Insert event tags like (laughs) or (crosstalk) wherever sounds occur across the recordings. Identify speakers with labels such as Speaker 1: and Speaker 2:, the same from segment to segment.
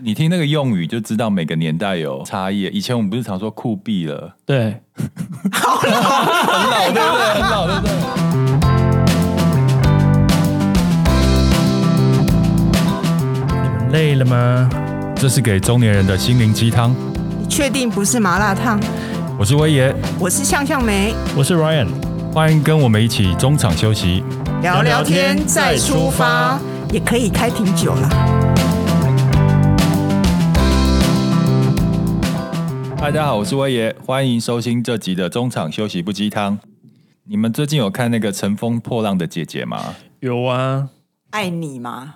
Speaker 1: 你听那个用语就知道每个年代有差异。以前我们不是常说酷毙了，
Speaker 2: 对，
Speaker 1: 很老对不对？很老对不对？
Speaker 2: 你们累了吗？
Speaker 1: (laughs) 这是给中年人的心灵鸡汤。
Speaker 3: 你确定不是麻辣烫？
Speaker 1: 我是威爷，
Speaker 3: 我是向向梅，
Speaker 2: 我是 Ryan，
Speaker 1: 欢迎跟我们一起中场休息。
Speaker 3: 聊
Speaker 2: 聊
Speaker 3: 聊
Speaker 2: 天
Speaker 3: 天再
Speaker 2: 再
Speaker 3: 出
Speaker 2: 出发
Speaker 3: 发，也可以开瓶酒了。
Speaker 1: 嗨，大家好，我是威爷，欢迎收听这集的中场休息不鸡汤。你们最近有看那个《乘风破浪的姐姐》吗？
Speaker 2: 有啊，
Speaker 3: 爱你吗？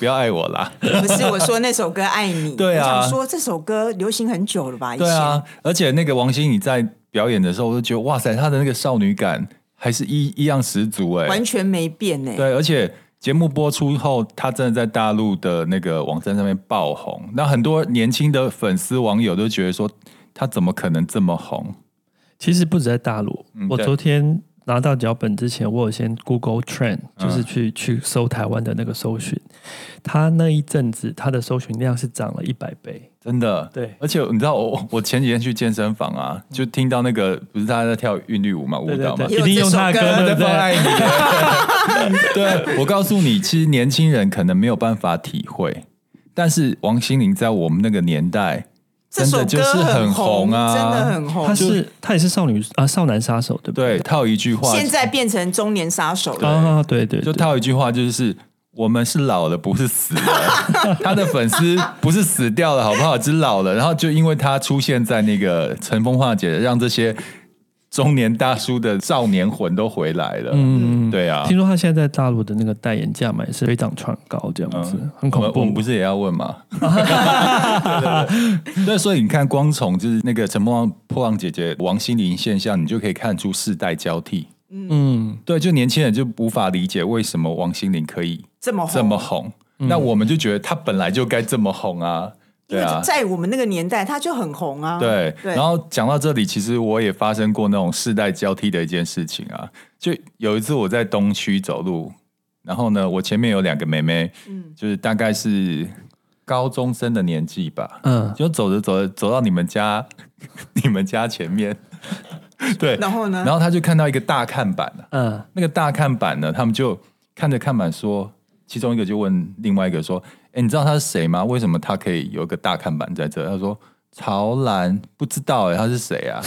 Speaker 1: 不要爱我啦！
Speaker 3: 不是，我说那首歌《爱你》。
Speaker 1: (laughs) 对啊
Speaker 3: 我想说这首歌流行很久了吧？以前
Speaker 1: 对，啊，而且那个王心怡在表演的时候，我就觉得哇塞，她的那个少女感还是一一样十足哎、
Speaker 3: 完全没变呢、
Speaker 1: 对，而且节目播出后，她真的在大陆的那个网站上面爆红，那很多年轻的粉丝网友都觉得说，她怎么可能这么红？
Speaker 2: 其实不止在大陆，
Speaker 1: 嗯
Speaker 2: 我
Speaker 1: 对
Speaker 2: 昨天拿到脚本之前，我有先 Google Trend，就是
Speaker 1: 嗯
Speaker 2: 去、去搜台湾的那个搜寻，它那一阵子它的搜寻量是涨了一百倍，
Speaker 1: 真的，
Speaker 2: 对
Speaker 1: 而且你知道我，我前几天去健身房啊，就听到那个不是大家在跳韵律舞嘛，舞
Speaker 2: 对
Speaker 1: 蹈嘛
Speaker 2: 对，对，一定用它的
Speaker 3: 也有
Speaker 2: 歌，
Speaker 3: 这首
Speaker 2: 对不
Speaker 1: 放
Speaker 2: 对？
Speaker 1: 爱
Speaker 2: (laughs)
Speaker 1: 你。对，我告诉你，其实年轻人可能没有办法体会，但是王心凌在我们那个年代，
Speaker 3: 这
Speaker 1: 真
Speaker 3: 首
Speaker 1: 的就
Speaker 3: 歌
Speaker 1: 是
Speaker 3: 很
Speaker 1: 红啊，
Speaker 3: 真的很红。
Speaker 2: 她是她也是少女啊，少男杀手，对不
Speaker 1: 对，套一句话，
Speaker 3: 现在变成中年杀手了。
Speaker 2: 啊，对对
Speaker 1: 就
Speaker 2: 对，
Speaker 1: 套一句话，就是我们是老了，不是死了。 (laughs) 他的粉丝不是死掉了，好不好？只是老了。然后就因为他出现在那个《乘风化姐》，让这些中年大叔的少年魂都回来了。
Speaker 2: 嗯，
Speaker 1: 对啊，
Speaker 2: 听说她现在在大陆的那个代言价嘛也是水涨船高，这样子、
Speaker 1: 我
Speaker 2: 很恐
Speaker 1: 们嗯我
Speaker 2: 怖
Speaker 1: 们。不是也要问
Speaker 2: (laughs)
Speaker 1: 吗？对对对，所以你看，光从就是那个《乘风破浪姐姐》王心凌现象，你就可以看出世代交替。
Speaker 2: 嗯，
Speaker 1: 对，就年轻人就无法理解为什么王心凌可以
Speaker 3: 这么红，
Speaker 1: 这么红，那我们就觉得她本来就该这么红啊，
Speaker 3: 哦因
Speaker 1: 对
Speaker 3: 为
Speaker 1: 啊。
Speaker 3: 在我们那个年代，它就很红啊。
Speaker 1: 对，
Speaker 3: 对，
Speaker 1: 然后讲到这里，其实我也发生过那种世代交替的一件事情啊。就有一次我在东区走路，然后呢，我前面有两个妹妹，
Speaker 3: 嗯，
Speaker 1: 就是大概是高中生的年纪吧，
Speaker 2: 嗯，
Speaker 1: 就走着走着走到你们家， (laughs) 你们家前面，对，
Speaker 3: 然后呢
Speaker 1: 然？后他就看到一个大看板啊
Speaker 2: 嗯，
Speaker 1: 那个大看板呢，他们就看着看板说，其中一个就问另外一个说：“哎，你知道他是谁吗？为什么他可以有一个大看板在这？”他说：“曹兰，不知道哎、他是谁
Speaker 3: (laughs)
Speaker 1: 啊？”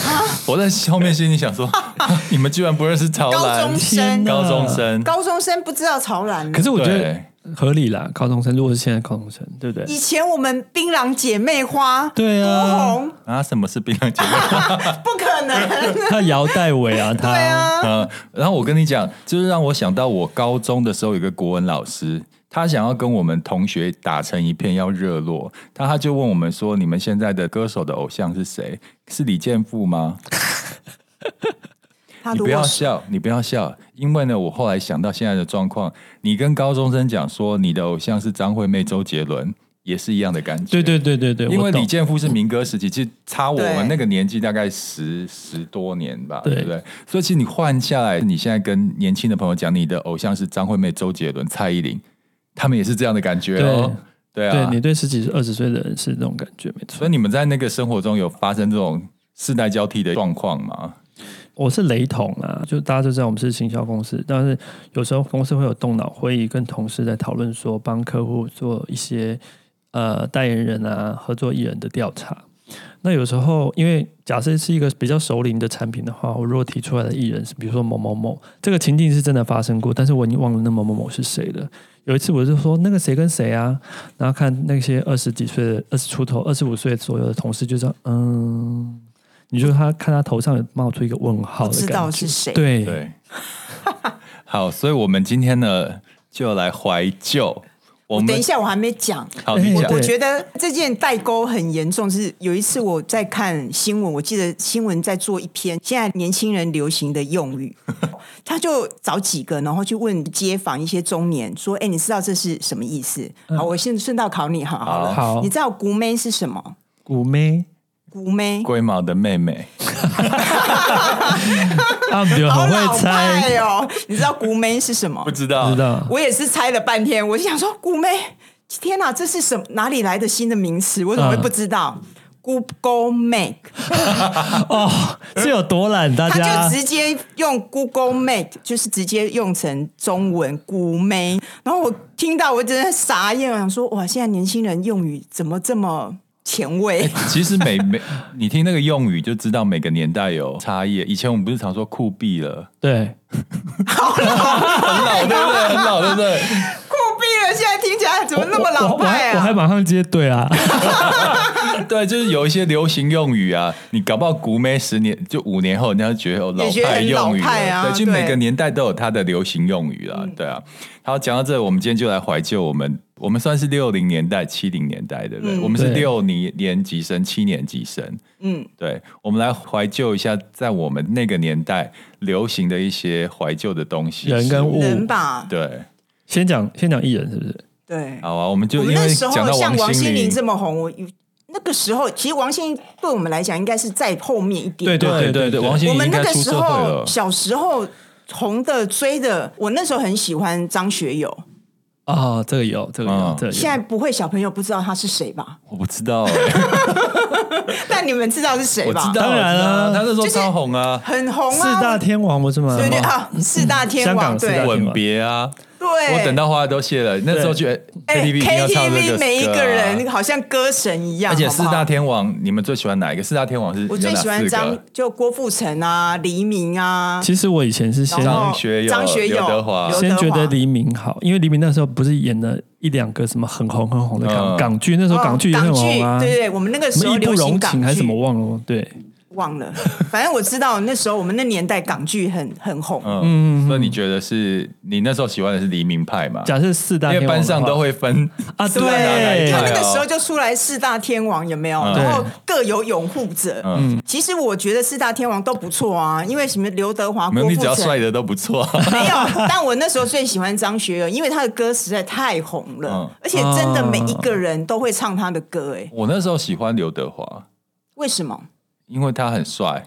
Speaker 1: 我在后面心里想说：“ (laughs) 你们居然不认识曹
Speaker 3: 高
Speaker 1: 兰
Speaker 3: 中，生
Speaker 2: 天，哪
Speaker 1: 高中生。
Speaker 3: 高中生不知道潮兰。
Speaker 2: 可是”我觉得
Speaker 1: 对，
Speaker 2: 合理啦，高中生如果是现在高中生，对不对？
Speaker 3: 以前我们槟榔姐妹花，
Speaker 2: 对
Speaker 3: 多
Speaker 2: 啊，
Speaker 3: 红，
Speaker 1: 啊，什么是槟榔姐妹？
Speaker 3: 不可能。
Speaker 2: 他姚代伟啊，他
Speaker 3: (laughs) 对啊，
Speaker 1: 嗯，然后我跟你讲，就是让我想到我高中的时候有个国文老师，他想要跟我们同学打成一片，要热络。他他就问我们说：“你们现在的歌手的偶像是谁？是李健富吗？”
Speaker 3: 他
Speaker 1: (laughs) 你不
Speaker 3: 如果
Speaker 1: 要
Speaker 3: 是
Speaker 1: 笑，你不要笑，因为呢，我后来想到现在的状况，你跟高中生讲说你的偶像是张惠妹、周杰伦，也是一样的感觉。
Speaker 2: 对对对对对，
Speaker 1: 因为
Speaker 2: 我懂
Speaker 1: 李健夫是民歌时期，其实差我
Speaker 3: 对
Speaker 1: 们那个年纪大概十十多年吧，
Speaker 2: 对
Speaker 1: 对不对？所以其实你换下来，你现在跟年轻的朋友讲，你的偶像是张惠妹、周杰伦、蔡依林，他们也是这样的感觉哦。对啊
Speaker 2: 对，你对十几、二十岁的人是这种感觉，没错
Speaker 1: 所。以你们在那个生活中有发生这种世代交替的状况吗？
Speaker 2: 我是雷同啦，就大家都知道我们是行销公司，但是有时候公司会有动脑会议，跟同事在讨论说帮客户做一些呃代言人啊、合作艺人的调查。那有时候，因为假设是一个比较熟龄的产品的话，我如果提出来的艺人是比如说某某某，这个情境是真的发生过，但是我已经忘了那某某某是谁了。有一次我就说那个谁跟谁啊，然后看那些二十几岁的、二十出头、二十五岁左右的同事就说，嗯，你就他看他头上有冒出一个问号
Speaker 3: 不
Speaker 2: 的感觉，
Speaker 3: 知道是谁。
Speaker 2: 对
Speaker 1: 对， (laughs) 好，所以我们今天呢就来怀旧。我
Speaker 3: 我等
Speaker 1: 们
Speaker 3: 一下，我还没讲。
Speaker 1: 好，你
Speaker 2: 哎
Speaker 1: 讲
Speaker 2: 对
Speaker 3: 我觉得这件代沟很严重，是有一次我在看新闻，我记得新闻在做一篇现在年轻人流行的用语，他就找几个，然后去问街坊一些中年，说：“哎，你知道这是什么意思？”好，我先顺道考你好好了。
Speaker 2: 好
Speaker 3: 你知道“姑妹”是什么？
Speaker 2: 古妹
Speaker 3: 姑
Speaker 1: (laughs)
Speaker 3: 妹，
Speaker 1: 龟毛的妹妹。
Speaker 2: 啊，你们
Speaker 3: 好
Speaker 2: 很
Speaker 3: 老
Speaker 2: 会猜，
Speaker 3: 派哦！你知道“姑妹”是什么
Speaker 1: 不？知道，
Speaker 2: 知道
Speaker 3: 我也是猜了半天，我就想说“姑妹”。天哪，这是什么哪里来的新的名词？我怎么会不知道、Google Make，
Speaker 2: 哦，这有多懒？大
Speaker 3: 他
Speaker 2: 家
Speaker 3: 就直接用 Google Make，就是直接用成中文“姑妹”。然后我听到，我真的傻眼，我想说，哇，现在年轻人用语怎么这么前卫？ (laughs)
Speaker 1: (laughs) 其实每每你听那个用语就知道每个年代有差异。以前我们不是常说酷毙
Speaker 2: (laughs)
Speaker 1: 了，
Speaker 2: 对
Speaker 1: 很老对不对？很老对不对？
Speaker 3: 酷毙了！现在听起来怎么那么
Speaker 2: 我
Speaker 3: 老
Speaker 2: 我还
Speaker 3: 派
Speaker 2: 我还
Speaker 3: 啊？
Speaker 2: 马上接对啊，
Speaker 1: 对，就是有一些流行用语啊，你搞不好古美十年就五年后，人家就觉得有老
Speaker 3: 也觉得
Speaker 1: 派
Speaker 3: 很
Speaker 1: 用语
Speaker 3: 老派
Speaker 1: 了
Speaker 3: 啊
Speaker 1: 对，就
Speaker 3: 对
Speaker 1: 每个年代都有它的流行用语啊，对啊。好，讲到这，我们今天就来怀旧，我们我们算是六零年代、七零年代，对不对？
Speaker 3: 嗯
Speaker 1: 我们是
Speaker 2: 对
Speaker 1: 六年年级生、七年级生，
Speaker 3: 嗯，
Speaker 1: 对，我们来怀旧一下，在我们那个年代流行的一些怀旧的东西，
Speaker 2: 人跟物
Speaker 3: 人吧，
Speaker 1: 对，
Speaker 2: 先讲先讲艺人是不是？
Speaker 3: 对。
Speaker 1: 好啊，我们就
Speaker 3: 我
Speaker 1: 因
Speaker 3: 们那
Speaker 1: 为
Speaker 3: 时
Speaker 1: 讲到
Speaker 3: 候像王
Speaker 1: 心
Speaker 3: 心凌
Speaker 1: 凌，
Speaker 3: 这么红，我有那个时候其实王心凌对我们来讲应该是在后面一
Speaker 1: 对
Speaker 3: 点。
Speaker 1: 对对对，王心
Speaker 3: 我
Speaker 1: 凌
Speaker 3: 们
Speaker 1: 应
Speaker 3: 那
Speaker 1: 该
Speaker 3: 个
Speaker 1: 出
Speaker 3: 时
Speaker 1: 社会
Speaker 3: 候
Speaker 1: 了。
Speaker 3: 小时候红的追的，我那时候很喜欢张学友。
Speaker 2: 啊，这个有，这个有
Speaker 1: 嗯，
Speaker 2: 这个
Speaker 3: 现
Speaker 2: 有。
Speaker 3: 在不会小朋友不知道他是谁
Speaker 1: (laughs)
Speaker 3: 吧？
Speaker 1: 我不知道、欸，
Speaker 3: 但你们知道是谁
Speaker 1: 我
Speaker 3: 吧
Speaker 1: 知道，？
Speaker 2: 当然啊
Speaker 1: 我知道他那时候
Speaker 3: 就是
Speaker 1: 超红啊，
Speaker 3: 很红
Speaker 2: 四
Speaker 3: 啊，
Speaker 2: 大天王不是吗？
Speaker 3: 对对啊，四大天王
Speaker 2: 香港四大
Speaker 3: 对
Speaker 2: 天
Speaker 1: 吻别啊，
Speaker 3: 对。
Speaker 1: 我等到花都谢了，那时候觉得
Speaker 3: 哎
Speaker 1: KTV 一定要唱这
Speaker 3: KTV
Speaker 1: 个
Speaker 3: 每一
Speaker 1: 歌啊
Speaker 3: 个人好像歌神一样，
Speaker 1: 而且
Speaker 3: 好不
Speaker 1: 四
Speaker 3: 好
Speaker 1: 大天王，你们最喜欢哪一个？四大天王是
Speaker 3: 我最喜
Speaker 1: 有
Speaker 3: 欢
Speaker 1: 哪四个
Speaker 3: 张就郭富城啊、黎明啊，
Speaker 2: 其实我以前是先
Speaker 3: 然后
Speaker 1: 张学友、
Speaker 3: 张学友
Speaker 1: 刘德华
Speaker 3: 刘，
Speaker 2: 先觉
Speaker 3: 刘德华
Speaker 2: 得黎明好，因为黎明那时候不是演了一两个什么很红很红的
Speaker 1: 嗯
Speaker 2: 港、港剧，那时
Speaker 3: 哦
Speaker 2: 候港剧也
Speaker 3: 港
Speaker 2: 很
Speaker 3: 剧
Speaker 2: 红啊，
Speaker 3: 对对，我们那个
Speaker 2: 什
Speaker 3: 时
Speaker 2: 么
Speaker 3: 候
Speaker 2: 义不
Speaker 3: 流
Speaker 2: 容
Speaker 3: 行
Speaker 2: 情
Speaker 3: 港
Speaker 2: 还是什么
Speaker 3: 剧，
Speaker 2: 忘了，对，
Speaker 3: 忘了，反正我知道那时候我们那年代港剧很很红，
Speaker 1: 嗯，所以你觉得是你那时候喜欢的是黎明派嘛？
Speaker 2: 假设四大
Speaker 1: 因
Speaker 2: 天
Speaker 1: 为
Speaker 2: 王的
Speaker 1: 班上
Speaker 2: 话
Speaker 1: 都会分
Speaker 2: 啊，
Speaker 1: 四大拿哪一派
Speaker 2: 对
Speaker 3: 他
Speaker 1: 啊
Speaker 3: 那个时候就出来四大天王有没有？
Speaker 1: 嗯
Speaker 3: 然后各有拥护者。
Speaker 1: 嗯
Speaker 3: 其实我觉得四大天王都不错啊，因为什么刘德华、
Speaker 1: 没
Speaker 3: 郭
Speaker 1: (laughs) 有，你只要
Speaker 3: 富城
Speaker 1: 帅的都不错啊。 (laughs)
Speaker 3: 没有。但我那时候最喜欢张学友，因为他的歌实在太红了，
Speaker 1: 嗯
Speaker 3: 而且真的
Speaker 2: 啊
Speaker 3: 每一个人都会唱他的歌、哎，
Speaker 1: 我那时候喜欢刘德华，
Speaker 3: 为什么？
Speaker 1: 因为他很帅，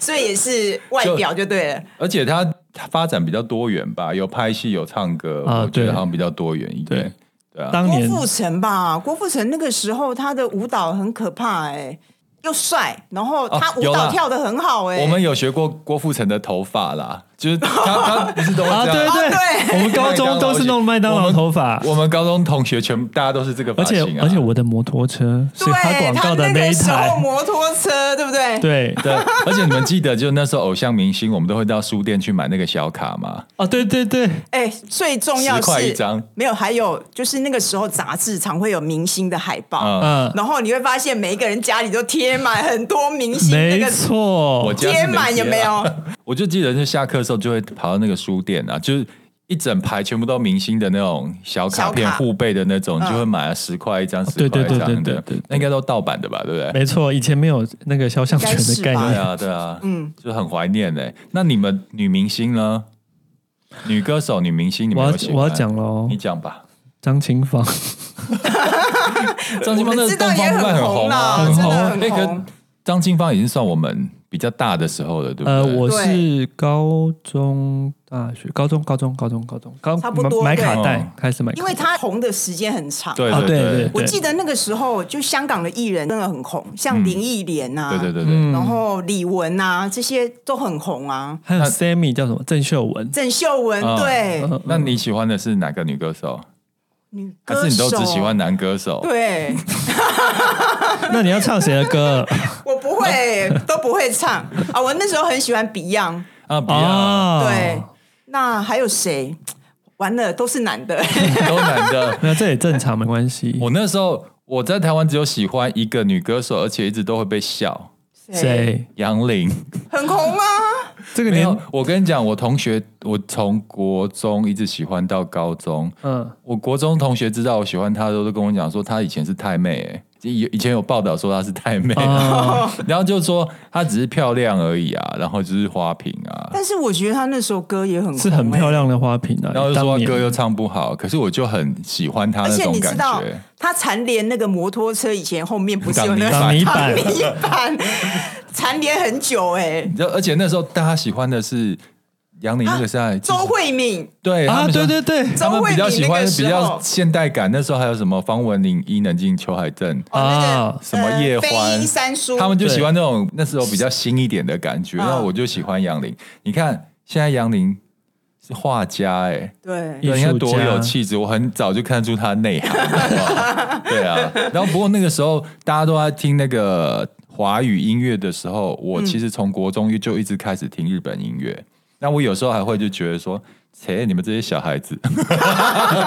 Speaker 3: 所以也是外表就对了。
Speaker 1: 而且他他发展比较多元吧，有拍戏，有唱歌，
Speaker 2: 啊
Speaker 1: 我觉得
Speaker 2: 对
Speaker 1: 好像比较多元一点
Speaker 2: 对。
Speaker 1: 对啊，
Speaker 2: 当
Speaker 3: 郭
Speaker 2: 年
Speaker 3: 富城吧，郭富城那个时候他的舞蹈很可怕、哎，又帅，然后他
Speaker 1: 哦
Speaker 3: 舞
Speaker 1: 有啦
Speaker 3: 蹈跳的很好、哎、
Speaker 1: 我们有学过郭富城的头发啦，就是他他不是都会
Speaker 2: 啊，
Speaker 1: 这
Speaker 2: 对
Speaker 1: 样。
Speaker 3: 啊
Speaker 2: 对，
Speaker 3: 哦对
Speaker 2: 我们高中都是弄麦当劳头发，
Speaker 1: 我们高中同学全部大家都是这个发
Speaker 2: 而且
Speaker 1: 型啊，
Speaker 2: 而且我的摩托车是
Speaker 3: 对
Speaker 2: 他广告的
Speaker 3: 他
Speaker 2: 那
Speaker 3: 那
Speaker 2: 一
Speaker 3: 个时候
Speaker 2: 台，
Speaker 3: 摩托车，对不对？
Speaker 2: 对，
Speaker 1: 对，而且你们记得，就那时候偶像明星，我们都会到书店去买那个小卡嘛，
Speaker 2: 哦，对对对，
Speaker 3: 哎，最重要
Speaker 1: 10块
Speaker 3: 是
Speaker 1: 一张
Speaker 3: 没有，还有就是那个时候杂志常会有明星的海报，
Speaker 1: 嗯，
Speaker 2: 嗯，
Speaker 3: 然后你会发现每一个人家里都贴满很多明星那
Speaker 2: 没
Speaker 3: 个
Speaker 2: 错，
Speaker 1: 我家
Speaker 3: 贴
Speaker 1: 是没
Speaker 3: 满有没
Speaker 1: 贴啊？
Speaker 3: 有？
Speaker 1: 我就记得，就下课的时候就会跑到那个书店啊，就是。一整排全部都明星的那种小卡片
Speaker 3: 小卡
Speaker 1: 护背的那种，
Speaker 3: 嗯
Speaker 1: 你就会买了十块一张，十
Speaker 2: 对
Speaker 1: 块
Speaker 2: 对
Speaker 1: 一
Speaker 2: 对
Speaker 1: 张
Speaker 2: 对
Speaker 1: 的
Speaker 2: 对对，
Speaker 1: 那应该都盗版的吧，对不对？
Speaker 2: 没错，以前没有那个肖像权的概
Speaker 3: 应该
Speaker 1: 对
Speaker 2: 念
Speaker 3: 是。
Speaker 2: (laughs)
Speaker 1: 啊，对啊，嗯，就很怀念嘞。那你们女明星呢？女歌手、女明星，你
Speaker 2: 我
Speaker 1: 们有喜
Speaker 2: 要
Speaker 1: 欢
Speaker 2: 我要，讲喽
Speaker 1: 你，讲吧。
Speaker 2: 张清
Speaker 1: (laughs)
Speaker 2: 芳，
Speaker 1: 张清芳那
Speaker 3: 我
Speaker 1: 个
Speaker 3: 们知道
Speaker 1: 东方
Speaker 3: 也
Speaker 1: 不败
Speaker 3: 很
Speaker 1: 红啊，
Speaker 3: 红啦
Speaker 1: 很
Speaker 3: 真的
Speaker 1: 红啊。
Speaker 3: 很
Speaker 1: 哎可
Speaker 3: 红
Speaker 1: 张清芳已经算我们比较大的时候了，对不对？
Speaker 2: 呃，我
Speaker 3: 对
Speaker 2: 是高中、大学、高中、高中、高中、高中，高
Speaker 3: 差不多
Speaker 2: 买买
Speaker 3: 对
Speaker 2: 卡带
Speaker 1: 哦
Speaker 2: 开始买卡带，
Speaker 3: 因为他红的时间很长。
Speaker 1: 对
Speaker 2: 啊
Speaker 1: 对
Speaker 2: 对
Speaker 1: 对
Speaker 2: 对
Speaker 3: 我记得那个时候就香港的艺人真的很红，像
Speaker 1: 嗯
Speaker 3: 林忆莲啊，
Speaker 1: 对对对对，
Speaker 2: 嗯
Speaker 3: 然后李玟啊，这些都很红啊。
Speaker 2: 还有
Speaker 1: 那
Speaker 2: Sammy 叫什么郑秀文， (laughs)
Speaker 3: 郑秀文
Speaker 1: 嗯
Speaker 3: 对
Speaker 2: 嗯
Speaker 1: 那你喜欢的是哪个女歌手？
Speaker 3: 女
Speaker 1: 还
Speaker 3: 歌
Speaker 1: 是
Speaker 3: 手，
Speaker 1: 你都只喜欢男歌手？
Speaker 3: (laughs) 对，
Speaker 2: 那你要唱谁的
Speaker 1: (laughs)
Speaker 2: 歌
Speaker 3: 我不会，都不会唱啊。我那时候很喜欢 Beyond，
Speaker 1: 啊，比啊，
Speaker 2: 啊？
Speaker 3: 对，，那还有谁？完了，都是男的。
Speaker 1: 都男的。
Speaker 2: 没有这也正常，没关系。
Speaker 1: 我那时候我在台湾只有喜欢一个女歌手，而且一直都会被笑。
Speaker 2: 谁？
Speaker 1: 杨玲，
Speaker 3: 很红啊！
Speaker 2: 这个
Speaker 1: 没
Speaker 2: 年
Speaker 1: 有，我跟你讲，我同学，我从国中一直喜欢到高中，
Speaker 2: 嗯，
Speaker 1: 我国中同学知道我喜欢他，都都跟我讲说他以前是太妹、欸，以以前有报道说她是太妹，
Speaker 2: 哦
Speaker 1: (laughs) 然后就说她只是漂亮而已啊，然后就是花瓶啊，
Speaker 3: 但是我觉得他那时候歌也很红、
Speaker 2: 是很漂
Speaker 3: 欸。
Speaker 2: 亮的花瓶啊。
Speaker 1: 然后就说
Speaker 2: 当
Speaker 1: 她
Speaker 2: 年
Speaker 1: 歌又唱不好，可是我就很喜欢她
Speaker 3: 欸而
Speaker 1: 那
Speaker 3: 且
Speaker 1: 种
Speaker 3: 你知
Speaker 1: 感
Speaker 3: 道
Speaker 1: 觉。，
Speaker 3: 他蝉联那个摩托车以前后面不是有那
Speaker 1: 挡
Speaker 3: 个
Speaker 2: 泥
Speaker 3: (laughs) 挡
Speaker 2: 板
Speaker 3: 泥板，蝉联很久哎、
Speaker 1: 你知道，而且那时候大家喜欢的是杨林那个时代，
Speaker 3: 周慧敏，
Speaker 1: 对他
Speaker 2: 啊，
Speaker 1: 们
Speaker 2: 对
Speaker 1: 像
Speaker 2: 对对，
Speaker 1: 他们比较喜欢比
Speaker 3: 周慧敏那个时候
Speaker 1: 较现代感。那时候还有什么方文琳、伊能静、邱海正，
Speaker 3: 哦，那
Speaker 2: 啊
Speaker 3: 个
Speaker 1: (laughs) 什么叶
Speaker 3: 呃飞
Speaker 1: 欢
Speaker 3: 鹰三叔，
Speaker 1: 他们就喜欢那种那时候比较新一点的感觉。
Speaker 3: 嗯
Speaker 1: 那我就喜欢杨林。你看现在杨林是画家哎、
Speaker 3: 对
Speaker 2: 艺术
Speaker 1: 对，你看多
Speaker 2: 家
Speaker 1: 有气质，我很早就看出他内
Speaker 3: (laughs)
Speaker 1: 涵，好不好对啊。然后不过那个时候大家都在听那个华语音乐的时候，我
Speaker 3: 嗯
Speaker 1: 其实从国中就一直开始听日本音乐。那我有时候还会就觉得说，切，你们这些小孩子，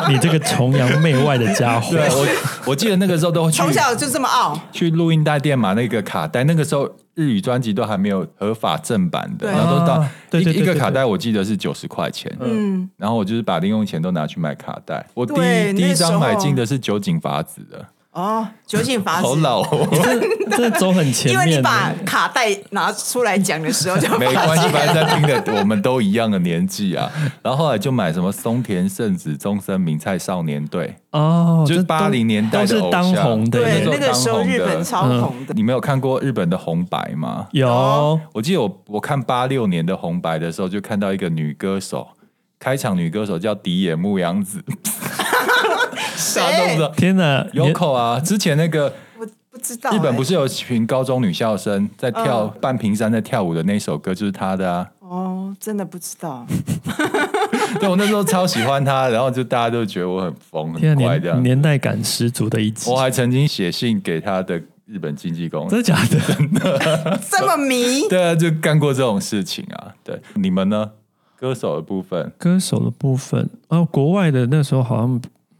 Speaker 2: 你这个崇洋媚外的家
Speaker 1: (laughs)
Speaker 2: 伙
Speaker 1: 对，我我记得那个时候都会去
Speaker 3: 从小就这么傲，
Speaker 1: 去录音带店买那个卡带，那个时候日语专辑都还没有合法正版的，
Speaker 3: 对
Speaker 1: 然后都到
Speaker 2: 啊对
Speaker 1: 一
Speaker 2: 对对
Speaker 1: 一个
Speaker 2: 对
Speaker 1: 卡
Speaker 2: 对
Speaker 1: 带我记得是九十块钱，
Speaker 3: 嗯，
Speaker 1: 然后我就是把零用钱都拿去买卡带。我第
Speaker 3: 对
Speaker 1: 一第
Speaker 3: 那
Speaker 1: 一
Speaker 3: 时候
Speaker 1: 张买进的是酒井法子的，
Speaker 3: 哦，酒井法子，
Speaker 1: 好老
Speaker 2: (laughs)
Speaker 1: 哦。
Speaker 2: 这这走很前
Speaker 3: 因为你
Speaker 2: 面
Speaker 3: 把
Speaker 2: 的。
Speaker 3: 卡带拿出来讲的时候就
Speaker 1: (laughs)
Speaker 3: 发现，
Speaker 1: 没关系，反正在听的我们都一样的年纪啊。然后后来就买什么松田圣子、终身名菜少年队，
Speaker 2: 哦，
Speaker 1: 就是
Speaker 2: 这都
Speaker 1: 80年代的
Speaker 2: 都是
Speaker 1: 偶
Speaker 2: 当
Speaker 1: 像
Speaker 2: 红的
Speaker 3: 对
Speaker 2: 那
Speaker 1: 时候
Speaker 2: 种，
Speaker 3: 那个时候
Speaker 1: 当红的嗯
Speaker 3: 日本超红的，
Speaker 1: 你没有看过日本的红白吗？
Speaker 3: 哦
Speaker 2: 有
Speaker 1: 我记得我我看八六年的红白的时候，就看到一个女歌手，开场女歌手叫迪野木阳子，大家都不
Speaker 3: 哎
Speaker 1: 知道。
Speaker 2: 天哪，
Speaker 1: 有口啊！之前那个
Speaker 3: 我不知道、
Speaker 1: 日本不
Speaker 3: 是
Speaker 1: 是有一群高中女校生在跳
Speaker 3: 欸嗯
Speaker 1: 半屏山在跳舞的那首歌就是她的
Speaker 3: (laughs)
Speaker 1: 啊，
Speaker 3: 哦，真的不知道，
Speaker 1: 对我那时候超喜欢她，然后就大家都觉得我很疯
Speaker 2: 天啊
Speaker 1: 很
Speaker 2: 哪，
Speaker 1: 怪这
Speaker 2: 年
Speaker 1: 样。
Speaker 2: 年代感十足的一集
Speaker 1: 我，还曾经写信给她的日本经纪公司，
Speaker 2: 真的假的？
Speaker 3: (laughs) 这么迷，
Speaker 1: 对啊，就干过这种事情啊。对，你们呢？歌手的部分，
Speaker 2: (laughs) 歌手的部分，哦，国外的那时候好像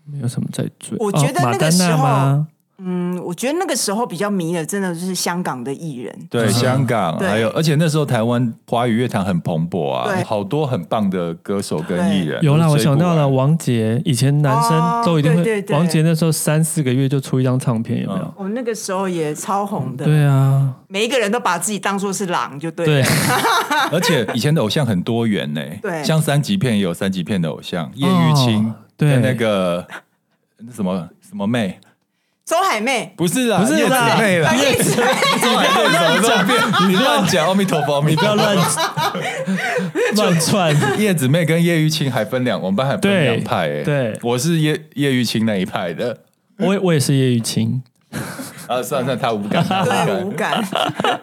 Speaker 2: 没有什么在追。
Speaker 3: 我觉得
Speaker 2: 哦
Speaker 3: 那
Speaker 2: 马
Speaker 3: 个
Speaker 2: 丹
Speaker 3: 时候
Speaker 2: 娜吗？
Speaker 3: 嗯，我觉得那个时候比较迷的，真的就是香港的艺人，
Speaker 1: 对，香港
Speaker 3: 对
Speaker 1: 还有，而且那时候台湾华语乐坛很蓬勃啊
Speaker 3: 对，
Speaker 1: 好多很棒的歌手跟艺人。
Speaker 2: 有啦，
Speaker 1: 都
Speaker 2: 我
Speaker 1: 是追
Speaker 2: 想
Speaker 1: 不
Speaker 2: 到
Speaker 1: 完
Speaker 2: 了王杰，以前男
Speaker 3: 哦
Speaker 2: 生都一定会，
Speaker 3: 对对对
Speaker 2: 王杰那时候三四个月就出一张唱片，有没有？
Speaker 3: 我们那个时候也超红
Speaker 1: 嗯
Speaker 3: 的，
Speaker 2: 对啊，
Speaker 3: 每一个人都把自己当做是狼，就对了
Speaker 2: 对，
Speaker 1: (laughs) 而且以前的偶像很多元呢、
Speaker 3: 对
Speaker 1: 像三级片也有三级片的偶像，叶玉卿
Speaker 2: 哦，对
Speaker 1: 跟那个那什么什么妹，
Speaker 3: 周海媚，
Speaker 1: 不是啦，
Speaker 2: 不是
Speaker 1: 叶子
Speaker 2: 啦
Speaker 1: 妹啦，叶子妹，怎么乱 (laughs) 讲？你乱讲，阿弥陀佛，你
Speaker 2: (laughs) 不要乱 (laughs) 乱窜。
Speaker 1: 叶子妹跟叶玉卿还分两，我们班还分
Speaker 2: 对
Speaker 1: 两派哎、
Speaker 2: 对
Speaker 1: 我是叶叶玉卿那一派的。
Speaker 2: (laughs)
Speaker 1: (laughs)
Speaker 2: 我也我也是叶玉卿，
Speaker 1: 啊，算了算了，他无感，他无
Speaker 3: 对，
Speaker 1: 感
Speaker 3: 无。感。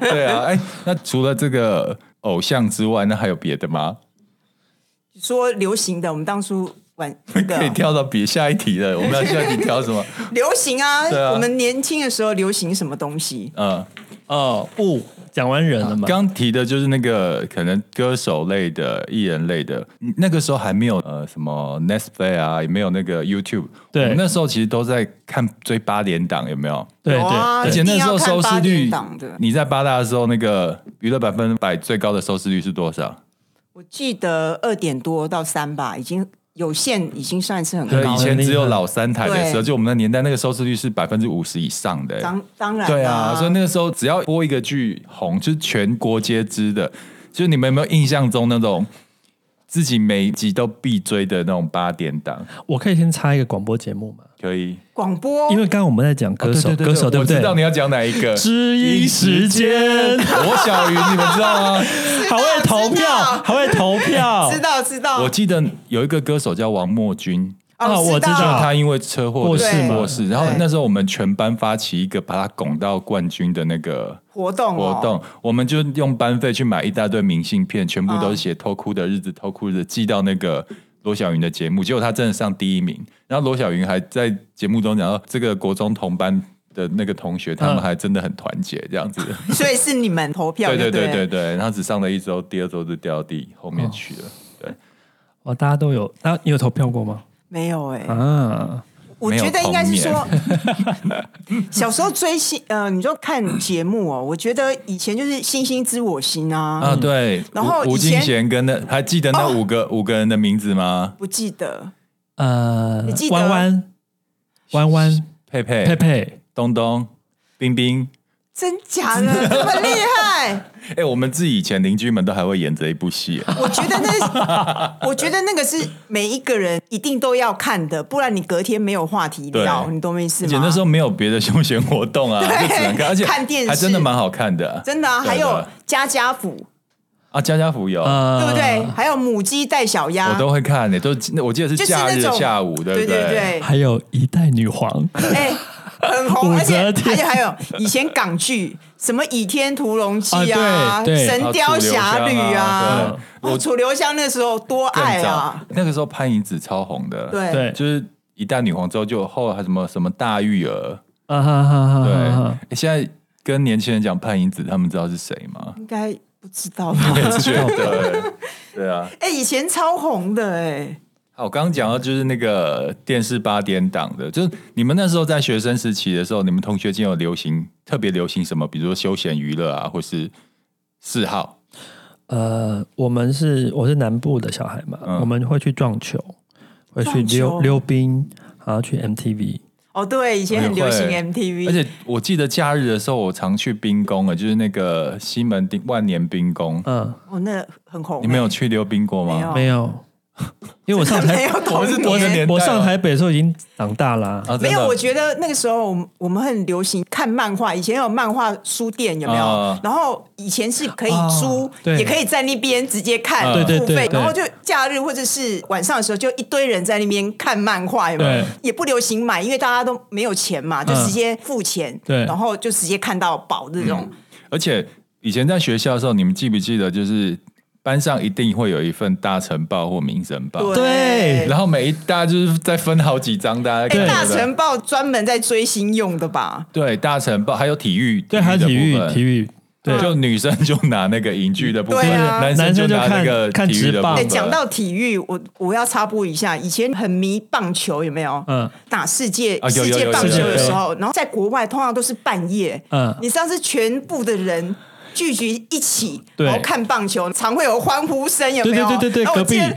Speaker 1: 对啊，哎，那除了这个偶像之外，那还有别的吗？
Speaker 3: 说流行的，我们当初玩那
Speaker 1: 可以
Speaker 3: 个
Speaker 1: 跳到别下一题了。我们要下一题挑什么？ (laughs)
Speaker 3: 流行啊，
Speaker 1: 对啊
Speaker 3: 我们年轻的时候流行什么东西？
Speaker 1: 嗯，
Speaker 2: 哦，不讲完人了嘛？
Speaker 1: 刚提的就是那个可能歌手类的、艺人类的，嗯那个时候还没有呃什么 Netflix 啊，也没有那个 YouTube。
Speaker 2: 对
Speaker 1: 我们那时候其实都在看追八点档，有没有？
Speaker 2: 对
Speaker 3: 有啊
Speaker 1: 而
Speaker 2: 对
Speaker 1: 且
Speaker 2: 对，
Speaker 1: 那时候收视
Speaker 3: 一定
Speaker 1: 率
Speaker 3: 要看八点档的，
Speaker 1: 你在八大的时候，那个娱乐百分百最高的收视率是多少？
Speaker 3: 我记得二点多到三吧，已经有线已经算是很
Speaker 1: 对，
Speaker 3: 高
Speaker 1: 以
Speaker 3: 了。
Speaker 1: 前只有老三台的时候，
Speaker 3: 对
Speaker 1: 就我们那年代那个收视率是百分之五十以上的、欸
Speaker 3: 当当然
Speaker 1: 对
Speaker 3: 啦
Speaker 1: 啊，所以那个时候只要播一个剧红，就是全国皆知的。就是你们有没有印象中那种自己每一集都必追的那种八点档？
Speaker 2: 我可以先插一个广播节目嘛？
Speaker 1: 可以，
Speaker 3: 广播
Speaker 2: 因为刚刚我们在讲歌手，歌手哦呃对
Speaker 1: 我
Speaker 2: 不对
Speaker 1: 知？道你要讲哪一个。
Speaker 2: 知音时间，
Speaker 1: 罗小鱼，你们知
Speaker 2: (laughs)
Speaker 1: 道吗？
Speaker 2: 还会 (laughs) 投
Speaker 3: 知
Speaker 2: 票
Speaker 3: 道，
Speaker 2: 还会投票
Speaker 3: 知。道知道，哦
Speaker 1: 我记得有一个歌手叫王默君，
Speaker 2: 啊我知道
Speaker 1: 他因为车祸
Speaker 2: 过
Speaker 1: 的
Speaker 3: 世嘛
Speaker 1: 过世，然后
Speaker 3: 对
Speaker 1: 那时候我们全班发起一个把他拱到冠军的那个
Speaker 3: 活动哦
Speaker 1: 活动，我们就用班费去买一大堆明信片，全部都
Speaker 3: 啊
Speaker 1: 是写“偷哭的日子，偷哭的”，寄到那个罗小云的节目。结果他真的上第一名，然后罗小云还在节目中讲到，这个国中同班的那个同学，他们
Speaker 2: 嗯
Speaker 1: 还真的很团结，这
Speaker 3: (laughs)
Speaker 1: 样子。
Speaker 3: 所以是你们投票
Speaker 1: 对对
Speaker 3: 就对
Speaker 1: 对对对，然后只上了一周，第二周就掉到第后面去了。对，
Speaker 2: 哦，大家都有，大家你有投票过吗？
Speaker 3: 没有哎、
Speaker 2: 啊，
Speaker 3: 我觉得应该是说， (laughs)
Speaker 1: (laughs)
Speaker 3: 小时候追星，呃，你就看节目哦。我觉得以前就是星星知我心啊，
Speaker 1: 啊对，
Speaker 3: 然后
Speaker 1: 吴
Speaker 3: 以
Speaker 1: 吴
Speaker 3: 前
Speaker 1: 敬贤跟那还记得那
Speaker 3: 哦
Speaker 1: 五个、五个人的名字吗？
Speaker 3: 不记得
Speaker 2: 呃
Speaker 3: 你记，得
Speaker 2: 弯弯，弯弯，
Speaker 1: 佩佩、
Speaker 2: 佩佩，
Speaker 1: 东东、冰冰。
Speaker 3: 真假的这么厉害？
Speaker 1: 哎、我们自己以前邻居们都还会演这一部戏、啊
Speaker 3: 我觉得那， (laughs) 我觉得那个是每一个人一定都要看的，不然你隔天没有话题聊，
Speaker 1: 对
Speaker 3: 你懂我意
Speaker 1: 而
Speaker 3: 思吗？
Speaker 1: 且那时候没有别的休闲活
Speaker 3: (laughs)
Speaker 1: 动啊，
Speaker 3: 对
Speaker 1: 就只能看，而且
Speaker 3: 看电视
Speaker 1: 还真的蛮好看的啊、
Speaker 3: 真的啊，
Speaker 1: 对
Speaker 3: 还有
Speaker 1: 的
Speaker 3: 家家福，
Speaker 1: 啊，家家福有，
Speaker 2: 呃，
Speaker 3: 对不对？？还有母鸡带小鸭，
Speaker 1: 我都会看欸的，都是我记得是
Speaker 3: 就是
Speaker 1: 假
Speaker 3: 那
Speaker 1: 日
Speaker 3: 种
Speaker 1: 下午，对
Speaker 3: 对
Speaker 1: 不对？
Speaker 3: 对，
Speaker 2: 还有一代女
Speaker 1: (laughs)
Speaker 2: 皇，
Speaker 3: 哎、很红，
Speaker 2: 武
Speaker 3: 而且
Speaker 2: 则
Speaker 3: 而
Speaker 2: 天
Speaker 3: 且还有以前港剧什么《倚天屠龙记》啊，
Speaker 2: 啊对对
Speaker 3: 神雕侠侣》
Speaker 1: 啊
Speaker 3: 啊
Speaker 1: 楚，
Speaker 3: 哇楚留香那时候多爱
Speaker 1: 更
Speaker 3: 啊
Speaker 1: 早，，那个时候潘迎紫超红的，，
Speaker 3: 对？
Speaker 2: 对，
Speaker 1: 就是一代女皇之后，就后来还什么什么大玉儿，
Speaker 2: 啊哈哈哈
Speaker 1: 对，
Speaker 2: 哈哈，
Speaker 1: 诶现在跟年轻人讲潘迎紫，他们知道是谁
Speaker 2: (laughs)
Speaker 1: 吗
Speaker 3: 应该不知道吧？ (laughs)
Speaker 1: 我也觉得，对啊。
Speaker 3: 哎、以前超红的哎、
Speaker 1: 好，我刚刚讲到就是那个电视八点档的，就是你们那时候在学生时期的时候，你们同学间有流行特别流行什么，比如说休闲娱乐啊，或是嗜好，
Speaker 2: 呃，我们是我是南部的小孩嘛，
Speaker 1: 嗯
Speaker 2: 我们会去撞球，会去
Speaker 3: 撞球
Speaker 2: 溜溜冰，然后去 MTV，
Speaker 3: 哦，对，以前很流行
Speaker 1: 也会
Speaker 3: MTV，
Speaker 1: 而且我记得假日的时候，我常去冰宫啊，就是那个西门町万年冰宫，
Speaker 2: 嗯，
Speaker 3: 哦，那很红、
Speaker 1: 你们有去溜冰过
Speaker 3: 没
Speaker 1: 吗啊
Speaker 3: 有？ (laughs)
Speaker 2: 没有，因为我上
Speaker 3: 哦没
Speaker 2: 台，
Speaker 3: 有
Speaker 1: 我们是
Speaker 3: 童
Speaker 1: 同一个
Speaker 3: 年。
Speaker 1: 年代哦
Speaker 2: 我上台北的时候已经长大啦、
Speaker 1: 啊，
Speaker 3: 没
Speaker 1: 真
Speaker 3: 有，
Speaker 1: 的
Speaker 3: 我觉得那个时候我们我们很流行看漫画，以前有漫画书店有没有？
Speaker 1: 啊
Speaker 3: 然后以前是可以
Speaker 2: 啊
Speaker 3: 租，
Speaker 2: 对
Speaker 3: 也可以在那边直接看，
Speaker 1: 啊
Speaker 2: 对对
Speaker 3: 付
Speaker 2: 对
Speaker 3: 费。
Speaker 2: 对
Speaker 3: 然后就假日或者是晚上的时候，就一堆人在那边看漫画，有没有
Speaker 2: 对？
Speaker 3: 也不流行买，因为大家都没有钱嘛，就
Speaker 2: 嗯
Speaker 3: 直接付钱，
Speaker 2: 对嗯
Speaker 3: 然后就直接看到饱这种。
Speaker 1: 而且以前在学校的时候，你们记不记得，就是班上一定会有一份大晨报或民生报，
Speaker 2: 啊对
Speaker 1: 然后每一大家就是再分好几张，大家
Speaker 3: 哎，
Speaker 1: 看
Speaker 3: 大
Speaker 1: 的
Speaker 3: 晨报专门在追星用的吧？
Speaker 1: 对大晨报，还有体育，
Speaker 2: 对，还有体
Speaker 1: 的
Speaker 2: 育
Speaker 1: 部，分
Speaker 2: 体育，对，
Speaker 1: 就女生就拿那个影剧的部分，
Speaker 3: 对啊
Speaker 1: 男生
Speaker 2: 男生就
Speaker 1: 拿那个
Speaker 2: 看
Speaker 1: 体育的部
Speaker 2: 看
Speaker 3: 哎，
Speaker 1: 分。
Speaker 2: 直棒啊
Speaker 3: 讲到体育，我我要插播一下，以前很迷棒球，有没有？
Speaker 2: 嗯
Speaker 3: 打世界、
Speaker 1: 啊有有
Speaker 3: 世
Speaker 1: 有
Speaker 3: 界棒球
Speaker 2: 世界
Speaker 3: 的
Speaker 2: 杯
Speaker 3: 时候，然后在国外通常都是半夜，
Speaker 2: 嗯，
Speaker 3: 你知道是全部的人。聚集一起，
Speaker 2: 对
Speaker 3: 然后看棒球，常会有欢呼声，有没有？
Speaker 2: 对对对对对
Speaker 3: 然后我记
Speaker 2: 隔
Speaker 3: 得
Speaker 2: 壁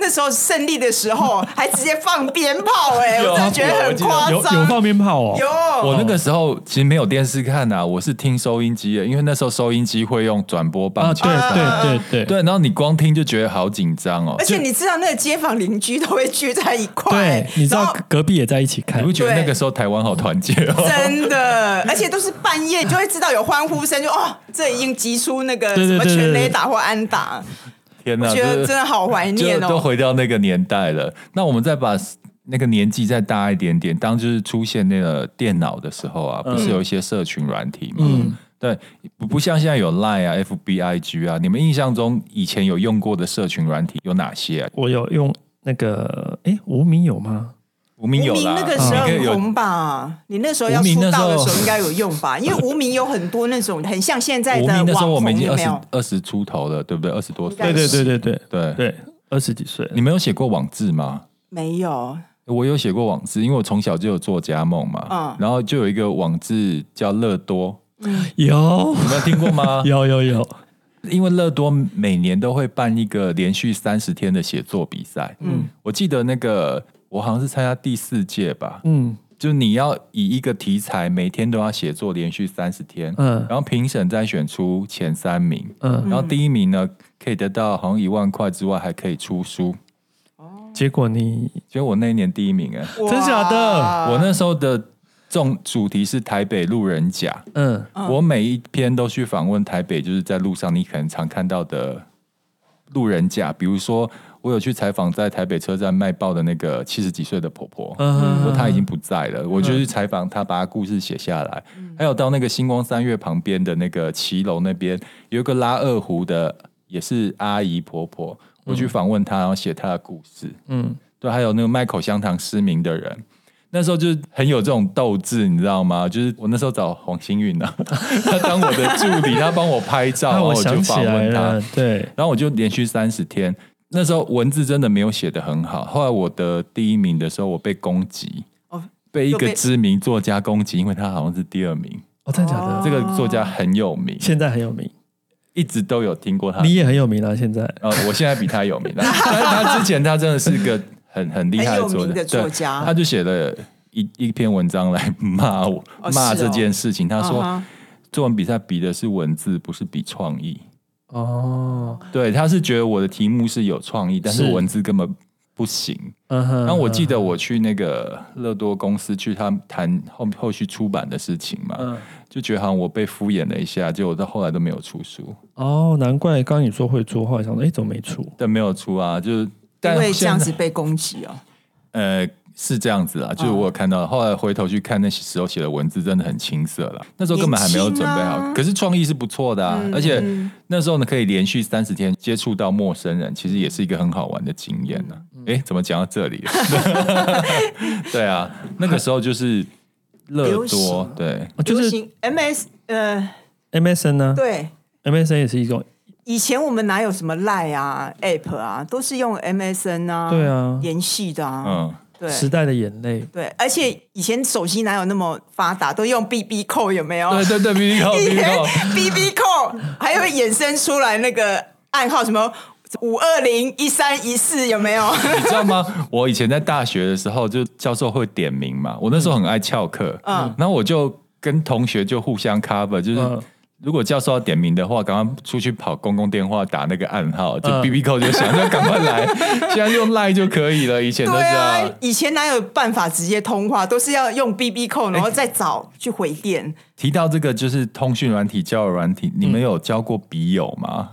Speaker 3: 那时候胜利的时候，还直接放鞭炮、
Speaker 2: (laughs)
Speaker 3: 哎，
Speaker 1: 有
Speaker 3: 我真的觉得
Speaker 1: 有我
Speaker 3: 很
Speaker 1: 记得
Speaker 3: 夸
Speaker 2: 有
Speaker 3: 张。
Speaker 2: 啊有放鞭炮哦，
Speaker 3: 有
Speaker 1: 我那个时候其实没有电视看啊，我是听收音机的，因为那时候收音机会用转播棒
Speaker 2: 啊，
Speaker 1: 球，
Speaker 2: 对对对对
Speaker 1: 对，然后你光听就觉得好紧张哦
Speaker 3: 而，且你知道，那个街坊邻居都会聚在一块，
Speaker 2: 对，你知
Speaker 3: 然
Speaker 2: 道
Speaker 3: 后
Speaker 2: 隔壁也在一起看
Speaker 1: 你不，觉得
Speaker 3: 哎对
Speaker 1: 那个时候台湾好团结
Speaker 2: (laughs)
Speaker 1: 哦？
Speaker 3: (laughs) 真的，而且都是半夜，你就会知道有欢呼声，就哦，这已经急出那个
Speaker 2: 对
Speaker 3: 什
Speaker 2: 对
Speaker 3: 么
Speaker 2: 对对
Speaker 3: 全
Speaker 2: 对
Speaker 3: 垒打或安打，
Speaker 1: 天
Speaker 3: 我
Speaker 1: 哪，
Speaker 3: 觉得
Speaker 1: 就是
Speaker 3: 真的好怀
Speaker 1: 就
Speaker 3: 念
Speaker 1: 都
Speaker 3: 哦。
Speaker 1: 回到那个年代了。那我们再把那个年纪再大一点点，当就是出现那个电脑的时候啊，
Speaker 3: 嗯
Speaker 1: 不是有一些社群软体嘛？嗯，对，不不像现在有 Line 啊、FB、IG 啊，你们印象中以前有用过的社群软体有哪些、啊？
Speaker 2: 我有用那个，哎，无名有吗？
Speaker 1: 无名有
Speaker 3: 无名
Speaker 1: 啦，嗯
Speaker 3: 那个时候
Speaker 1: 你可以
Speaker 3: 很
Speaker 1: 有
Speaker 3: 红吧？你那时候要
Speaker 1: 无名
Speaker 3: 出
Speaker 1: 那时
Speaker 3: 道
Speaker 1: 候
Speaker 3: 的时候应该有用吧？因为无名有很多那种很像现在
Speaker 1: 无
Speaker 3: 的
Speaker 1: 名
Speaker 3: 网
Speaker 1: 那时候我
Speaker 3: 红，
Speaker 1: 们已经
Speaker 3: 有
Speaker 1: 二
Speaker 3: 没
Speaker 1: 十
Speaker 3: 有？
Speaker 1: 二十出头了，对不对？二十多
Speaker 3: 应该
Speaker 1: 岁，
Speaker 2: 对对对对
Speaker 1: 对。
Speaker 2: 对对，二十几岁，
Speaker 1: 你们有写过网志吗？
Speaker 3: 没有，
Speaker 1: 我有写过网志，因为我从小就有作家梦嘛，
Speaker 3: 嗯
Speaker 1: 然后就有一个网志叫乐多，
Speaker 2: 有？
Speaker 1: 你们有听过吗
Speaker 2: 有有有，
Speaker 1: 因为乐多每年都会办一个连续三十天的写作比赛，嗯，我记得那个我好像是参加第四届吧，
Speaker 2: 嗯
Speaker 1: 就你要以一个题材每天都要写作，连续三十天，
Speaker 2: 嗯
Speaker 1: 然后评审再选出前三名，
Speaker 2: 嗯，
Speaker 1: 然后第一名呢可以得到好像一万块之外还可以出书，
Speaker 2: 结果你
Speaker 1: 结果我那一年第一名哎、
Speaker 2: 真假的
Speaker 3: 哇
Speaker 1: 我那时候的重主题是台北路人甲，
Speaker 2: 嗯
Speaker 1: 我每一篇都去访问台北，就是在路上你可能常看到的路人甲，比如说我有去采访在台北车站卖报的那个七十几岁的婆婆，
Speaker 2: 嗯
Speaker 1: 不过她已经不在了，我就去采访她，把她故事写下来。
Speaker 2: 嗯
Speaker 1: 还有到那个星光三月旁边的那个骑楼那边，有一个拉二胡的，也是阿姨婆婆，我去访问她，然后写她的故事。
Speaker 2: 嗯，
Speaker 1: 对，还有那个卖口香糖失明的人。那时候就是很有这种斗志，你知道吗？就是我那时候找黄星运啊， (laughs) 他当我的助理，他帮我拍
Speaker 2: (laughs)
Speaker 1: 照，然
Speaker 2: 那
Speaker 1: 后我
Speaker 2: 我
Speaker 1: 就
Speaker 2: 想起
Speaker 1: 访
Speaker 2: 来
Speaker 1: 问他
Speaker 2: 了，，对，
Speaker 1: 然后我就连续三十天。那时候文字真的没有写的很好，后来我得第一名的时候，我被攻击，
Speaker 3: 哦
Speaker 1: 被一
Speaker 3: 又
Speaker 1: 个
Speaker 3: 被
Speaker 1: 知名作家攻击，因为他好像是第二名。
Speaker 2: 哦，真的假的？
Speaker 1: 这个作家很有名，
Speaker 2: 现在很有名，
Speaker 1: 一直都有听过他。
Speaker 2: 你也很有名了，现在。
Speaker 1: 呃，我现在比他有名了， (laughs) 但是他之前他真的是个很很厉害的
Speaker 3: 很有
Speaker 1: 作
Speaker 3: 名
Speaker 1: 家，
Speaker 3: 的作
Speaker 1: 对
Speaker 3: 家
Speaker 1: 他就写了一一篇文章来骂我、
Speaker 3: 哦
Speaker 1: 骂
Speaker 3: 是哦
Speaker 1: 这件事情。他说、
Speaker 3: 嗯哼
Speaker 1: 作文比赛比的是文字，不是比创意。
Speaker 2: 哦，
Speaker 1: 对，他是觉得我的题目是有创意，但是
Speaker 2: 是
Speaker 1: 文字根本不行。
Speaker 2: 嗯哼，
Speaker 1: 然后我记得我去那个乐多公司去他们谈后后续出版的事情嘛，
Speaker 2: 嗯
Speaker 1: 就觉得好像我被敷衍了一下，结果到后来都没有出书，
Speaker 2: 哦，难怪刚刚你说会出，后来想说，哎，怎么没出？
Speaker 1: 但没有出啊，就是但
Speaker 3: 因为这样
Speaker 1: 现在
Speaker 3: 子被攻击哦。
Speaker 1: 呃，是这样子啦，就是我有看到，后来回头去看那些时候写的文字，真的很青涩啦。那时候根本还没有准备好，
Speaker 3: 年轻啊
Speaker 1: 可是创意是不错的啊，而且那时候呢，可以连续三十天接触到陌生人，其实也是一个很好玩的经验呢、啊。哎、怎么讲到这里？对啊，那个时候就是乐多
Speaker 3: 流行，
Speaker 1: 对，
Speaker 2: 哦就
Speaker 3: 流
Speaker 2: 是
Speaker 3: 行 MS 呃，
Speaker 2: MSN 呢
Speaker 3: 对，
Speaker 2: ，MSN 也是一种，
Speaker 3: 以前我们哪有什么 Line 啊、App 啊，都是用 MSN 啊，
Speaker 2: 对啊
Speaker 3: 联系的啊，
Speaker 1: 嗯，
Speaker 3: 对
Speaker 2: 时代的眼泪。
Speaker 3: 对，而且以前手机哪有那么发达，都用 BB 扣有没有？
Speaker 1: 对对对，B B 扣 B
Speaker 3: 以 (laughs)
Speaker 1: B 扣，
Speaker 3: 前 BB 扣还会衍生出来那个暗号，什么五二零一三一四有
Speaker 1: (laughs)
Speaker 3: 没有？
Speaker 1: 你知道吗？我以前在大学的时候，就教授会点名嘛，我那时候很爱翘课，嗯
Speaker 3: 嗯，
Speaker 1: 然后我就跟同学就互相 cover，就是。
Speaker 2: 嗯
Speaker 1: 如果教授要点名的话，赶快出去跑公共电话打那个暗号，就
Speaker 2: 嗯
Speaker 1: B B 扣就响，就赶快来。现在用 line 就可以了，以前都这
Speaker 3: 对
Speaker 1: 样
Speaker 3: 啊。，以前哪有办法直接通话，都是要用 BB 扣，然后再找去回
Speaker 1: (laughs)
Speaker 3: 电。
Speaker 1: 提到这个就是通讯软体、交友软体，你
Speaker 2: 嗯
Speaker 1: 们有交过笔友吗？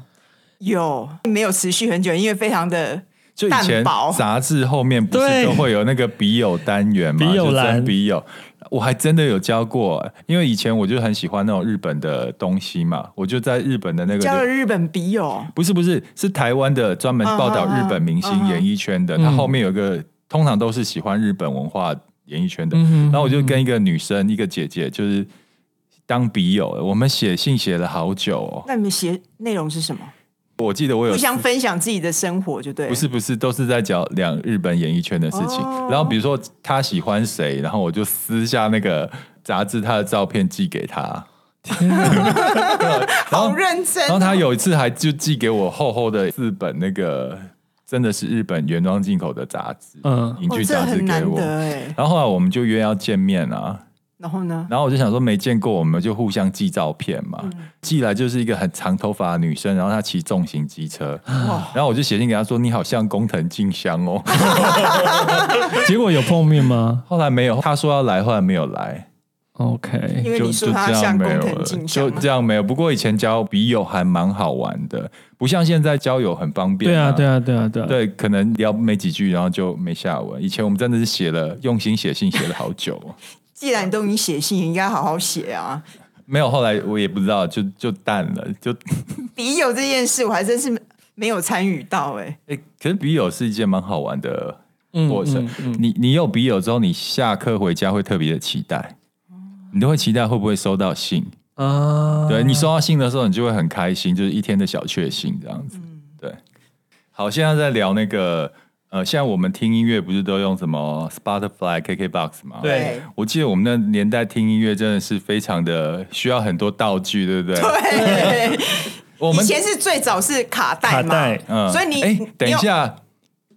Speaker 3: 有没有持续很久？因为非常的
Speaker 1: 就以前
Speaker 3: 淡薄。
Speaker 1: 杂志后面不是
Speaker 2: 对
Speaker 1: 都会有那个笔友单元嘛，
Speaker 2: 笔友
Speaker 1: 就
Speaker 2: 栏
Speaker 1: 真笔友，我还真的有交过，因为以前我就很喜欢那种日本的东西嘛，我就在日本的那个
Speaker 3: 交了日本笔友，
Speaker 1: 不是不是是台湾的专门
Speaker 2: 哦
Speaker 1: 报道
Speaker 3: 嗯嗯嗯
Speaker 1: 日本明星演艺圈的，他
Speaker 2: 嗯
Speaker 1: 后面有一个通常都是喜欢日本文化演艺圈的，
Speaker 2: 嗯哼
Speaker 1: 然后我就跟一个女生一个姐姐就是当笔友，我们写信写了好久哦，
Speaker 3: 那你们写内容是什么？
Speaker 1: 我记得我有
Speaker 3: 互相分享自己的生活，就对了。
Speaker 1: 不是不是，都是在讲两日本演艺圈的事情。
Speaker 3: 哦
Speaker 1: 然后比如说他喜欢谁，然后我就私下那个杂志他的照片寄给他。 (laughs) 然后
Speaker 3: 啊好认真哦、
Speaker 1: 然后他有一次还就寄给我厚厚的四本那个真的是日本原装进口的杂志，
Speaker 2: 嗯
Speaker 1: 影
Speaker 3: 哦
Speaker 1: 剧
Speaker 3: 这
Speaker 1: 杂志
Speaker 3: 很
Speaker 1: 给
Speaker 3: 难
Speaker 1: 我。
Speaker 3: 得哎。
Speaker 1: 然后后来我们就约要见面啊，
Speaker 3: 然后呢？
Speaker 1: 然后我就想说没见过，我们就互相寄照片嘛。
Speaker 3: 嗯
Speaker 1: 寄来就是一个很长头发的女生，然后她骑重型机车，然后我就写信给她说：“你好像工藤静香哦。” (laughs)
Speaker 2: 结果有碰面吗
Speaker 1: 后来没有，他说要来，后来没有来，
Speaker 2: ？OK，
Speaker 3: 因为
Speaker 1: 就
Speaker 3: 你说
Speaker 1: 就
Speaker 3: 他
Speaker 1: 这样
Speaker 3: 像
Speaker 1: 没
Speaker 3: 工
Speaker 1: 有
Speaker 3: 藤
Speaker 1: 了，
Speaker 3: 静香
Speaker 1: 就
Speaker 3: 嘛
Speaker 1: 这样没有。不过以前交笔友还蛮好玩的，不像现在交友很方便、
Speaker 2: 对啊，对
Speaker 1: 啊。
Speaker 2: 啊，对啊，对啊，
Speaker 1: 对，可能聊没几句，然后就没下文。以前我们真的是写了，用心写信，写了好久。 (laughs)
Speaker 3: 既然你都已经写信，你应该好好写啊。
Speaker 1: 没有，后来我也不知道，就就淡了。就
Speaker 3: 笔友这件事，我还真是没有参与到哎、
Speaker 1: 诶，可是笔友是一件蛮好玩的
Speaker 2: 嗯
Speaker 1: 过程。
Speaker 2: 嗯嗯
Speaker 1: 你你有笔友之后，你下课回家会特别的期待，你都会期待会不会收到信。
Speaker 2: 啊，
Speaker 3: 嗯
Speaker 1: 对你收到信的时候，你就会很开心，就是一天的小确幸这样子。
Speaker 3: 嗯
Speaker 1: 对，好，现在在聊那个呃，现在我们听音乐不是都用什么 Spotify、KKBox 吗？
Speaker 2: 对
Speaker 1: 我记得我们那年代听音乐真的是非常的需要很多道具，对不对？
Speaker 3: 对，
Speaker 1: 我
Speaker 3: 以
Speaker 1: 们
Speaker 3: 前是最早是卡带
Speaker 2: 卡
Speaker 3: 嘛，
Speaker 2: 带，
Speaker 1: 嗯
Speaker 3: 所以你
Speaker 1: 哎
Speaker 3: 你，
Speaker 1: 等一
Speaker 3: 有
Speaker 1: 下，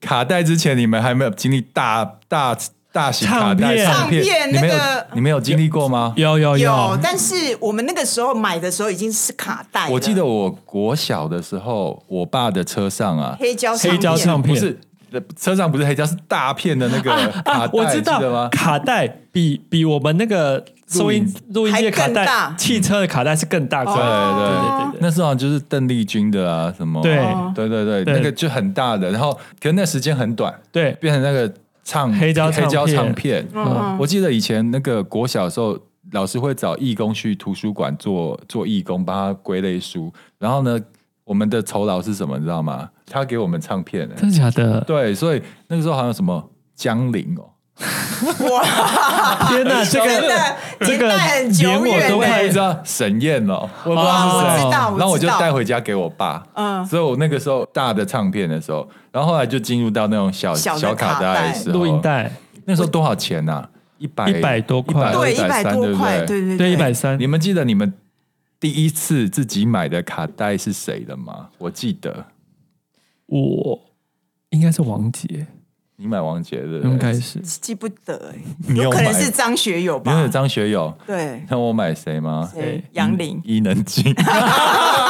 Speaker 1: 卡带之前你们还没有经历大大大型卡带
Speaker 2: 唱
Speaker 3: 片
Speaker 1: 片，
Speaker 3: 唱片
Speaker 1: 你们有
Speaker 3: 那个
Speaker 1: 你们有经历过吗？
Speaker 2: 有有
Speaker 3: 有，但是我们那个时候买的时候已经是卡带了，
Speaker 1: 我记得我国小的时候，我爸的车上啊，
Speaker 3: 黑胶
Speaker 2: 黑胶
Speaker 3: 片
Speaker 2: 唱片
Speaker 1: 不是呃车上不是黑胶，是大片的那个卡带，
Speaker 2: (laughs) 啊，我知
Speaker 1: 记得
Speaker 2: 道
Speaker 1: 吗？
Speaker 2: 卡带比比我们那个收音录音机的卡
Speaker 3: 还更
Speaker 2: 带
Speaker 3: 大，
Speaker 2: 汽车的卡带是更大
Speaker 1: 对
Speaker 2: 块。
Speaker 1: 对
Speaker 2: 哦对对
Speaker 1: 对
Speaker 2: 对，
Speaker 1: 那时候就是邓丽君的啊，什么
Speaker 2: 对
Speaker 1: 对对对，
Speaker 2: 对
Speaker 1: 那个就很大的，然后可是那时间很短，
Speaker 2: 对
Speaker 1: 变成那个唱
Speaker 2: 黑胶唱
Speaker 1: 黑
Speaker 2: 片
Speaker 1: 胶唱片。
Speaker 2: 嗯
Speaker 1: 我记得以前那个国小的时候，老师会找义工去图书馆做做义工，帮他归类书。然后呢，我们的酬劳是什么？你知道吗？他给我们唱片、欸，
Speaker 2: 真的假的？
Speaker 1: 对，所以那个时候好像有什么江铃哦， (laughs)
Speaker 2: 天哪，这
Speaker 3: 真
Speaker 2: 个
Speaker 3: 的年代很
Speaker 2: 这个
Speaker 3: 久
Speaker 2: 连我
Speaker 3: 远
Speaker 2: 都
Speaker 1: 我
Speaker 2: 对
Speaker 1: 也
Speaker 3: 欸
Speaker 1: 不知道沈燕哦，我也不知
Speaker 2: 哇
Speaker 1: 道是
Speaker 2: 我
Speaker 1: 谁
Speaker 2: 知道，
Speaker 3: 哦我
Speaker 1: 然后我就
Speaker 3: 知道
Speaker 1: 带回家给我爸。
Speaker 3: 嗯
Speaker 1: 所以我那个时候大的唱片的时候，然后后来就进入到那种小
Speaker 3: 小的
Speaker 1: 卡带的时候，
Speaker 2: 录音，带
Speaker 1: 那时候多少钱呐、啊？一百
Speaker 2: 100多块
Speaker 3: 对，一
Speaker 1: 一
Speaker 3: 百
Speaker 1: 百
Speaker 3: 多块，
Speaker 1: 对
Speaker 3: 对对
Speaker 2: 对一百三
Speaker 1: 不。你们记得你们第一次自己买的卡带是谁的吗？我记得
Speaker 2: 我应该是王杰，
Speaker 1: 你买王杰的，
Speaker 2: 应该是
Speaker 3: 记不得哎、
Speaker 1: 你有
Speaker 3: 有可能
Speaker 1: 买
Speaker 3: 是张学友
Speaker 1: 因为
Speaker 3: 吧？
Speaker 1: 张学友。
Speaker 3: 对，
Speaker 1: 那我买谁吗？
Speaker 3: 对，嗯杨林。
Speaker 2: (laughs)
Speaker 1: 伊能静。 (laughs) 哦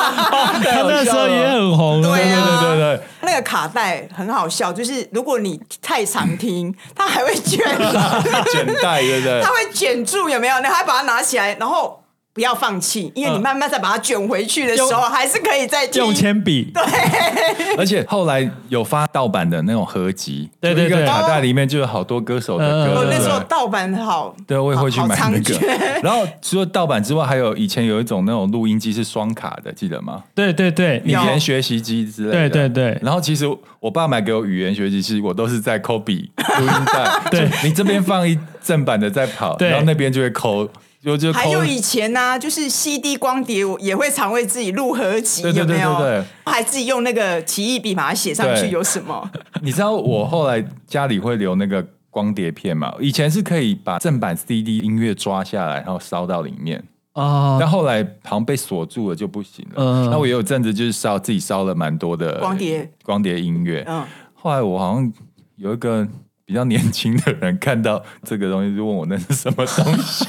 Speaker 2: 他那时候也很红啊。
Speaker 3: 对
Speaker 1: 对
Speaker 3: 啊
Speaker 1: 对对对，
Speaker 3: 那个卡带很好笑，就是如果你太
Speaker 1: (laughs)
Speaker 3: 常听，它还会卷，
Speaker 1: 卷带对不对
Speaker 3: 它？会卷住，有没有？然后还把它拿起来，然后不要放弃，因为你
Speaker 2: 嗯
Speaker 3: 慢慢再把它卷回去的时候，
Speaker 2: 用
Speaker 3: 还是可以再听。
Speaker 2: 用铅笔，
Speaker 1: (laughs) 而且后来有发盗版的那种合集，
Speaker 2: 对
Speaker 1: 就
Speaker 2: 对
Speaker 1: 一个
Speaker 2: 对
Speaker 1: 卡带里面就有好多歌手的
Speaker 2: 嗯
Speaker 1: 歌。
Speaker 3: 我
Speaker 1: 对
Speaker 3: 哦那
Speaker 1: 不
Speaker 3: 时候
Speaker 1: 对
Speaker 3: 盗版好，
Speaker 1: 对，我也会去买
Speaker 3: 好
Speaker 1: 那
Speaker 3: 猖
Speaker 1: 个。 (laughs) 然后除了盗版之外，还有以前有一种那种录音机是双卡的，记得吗？
Speaker 2: 对对对，
Speaker 1: 语
Speaker 3: 有
Speaker 1: 言学习机之类的。
Speaker 2: 对对对
Speaker 1: 然后其实我爸买给我语言学习机，我都是在 copy 录音带。
Speaker 2: (laughs)
Speaker 1: 对，你这边放一正版的在跑，
Speaker 2: 对
Speaker 1: 然后那边就会抠，就就
Speaker 3: 还有
Speaker 1: 抠。
Speaker 3: 以前呢、就是 CD 光碟，我也会常为自己录合集，
Speaker 1: 对对对
Speaker 3: 有没有？
Speaker 1: 对对
Speaker 3: 还自己用那个奇异笔把它写上去，
Speaker 1: 对
Speaker 3: 有什么？
Speaker 1: (laughs) 你知道我后来家里会留那个光碟片嘛？以前是可以把正版 CD 音乐抓下来，然后烧到里面。
Speaker 2: 啊，
Speaker 1: 但后来好像被锁住了就不行了。
Speaker 2: 嗯
Speaker 1: 那我也有阵子就是烧自己烧了蛮多的
Speaker 3: 光碟
Speaker 1: 光碟音乐。
Speaker 3: 嗯，
Speaker 1: 后来我好像有一个比较年轻的人看到这个东西，就问我那是什么东
Speaker 3: (laughs)
Speaker 1: 西，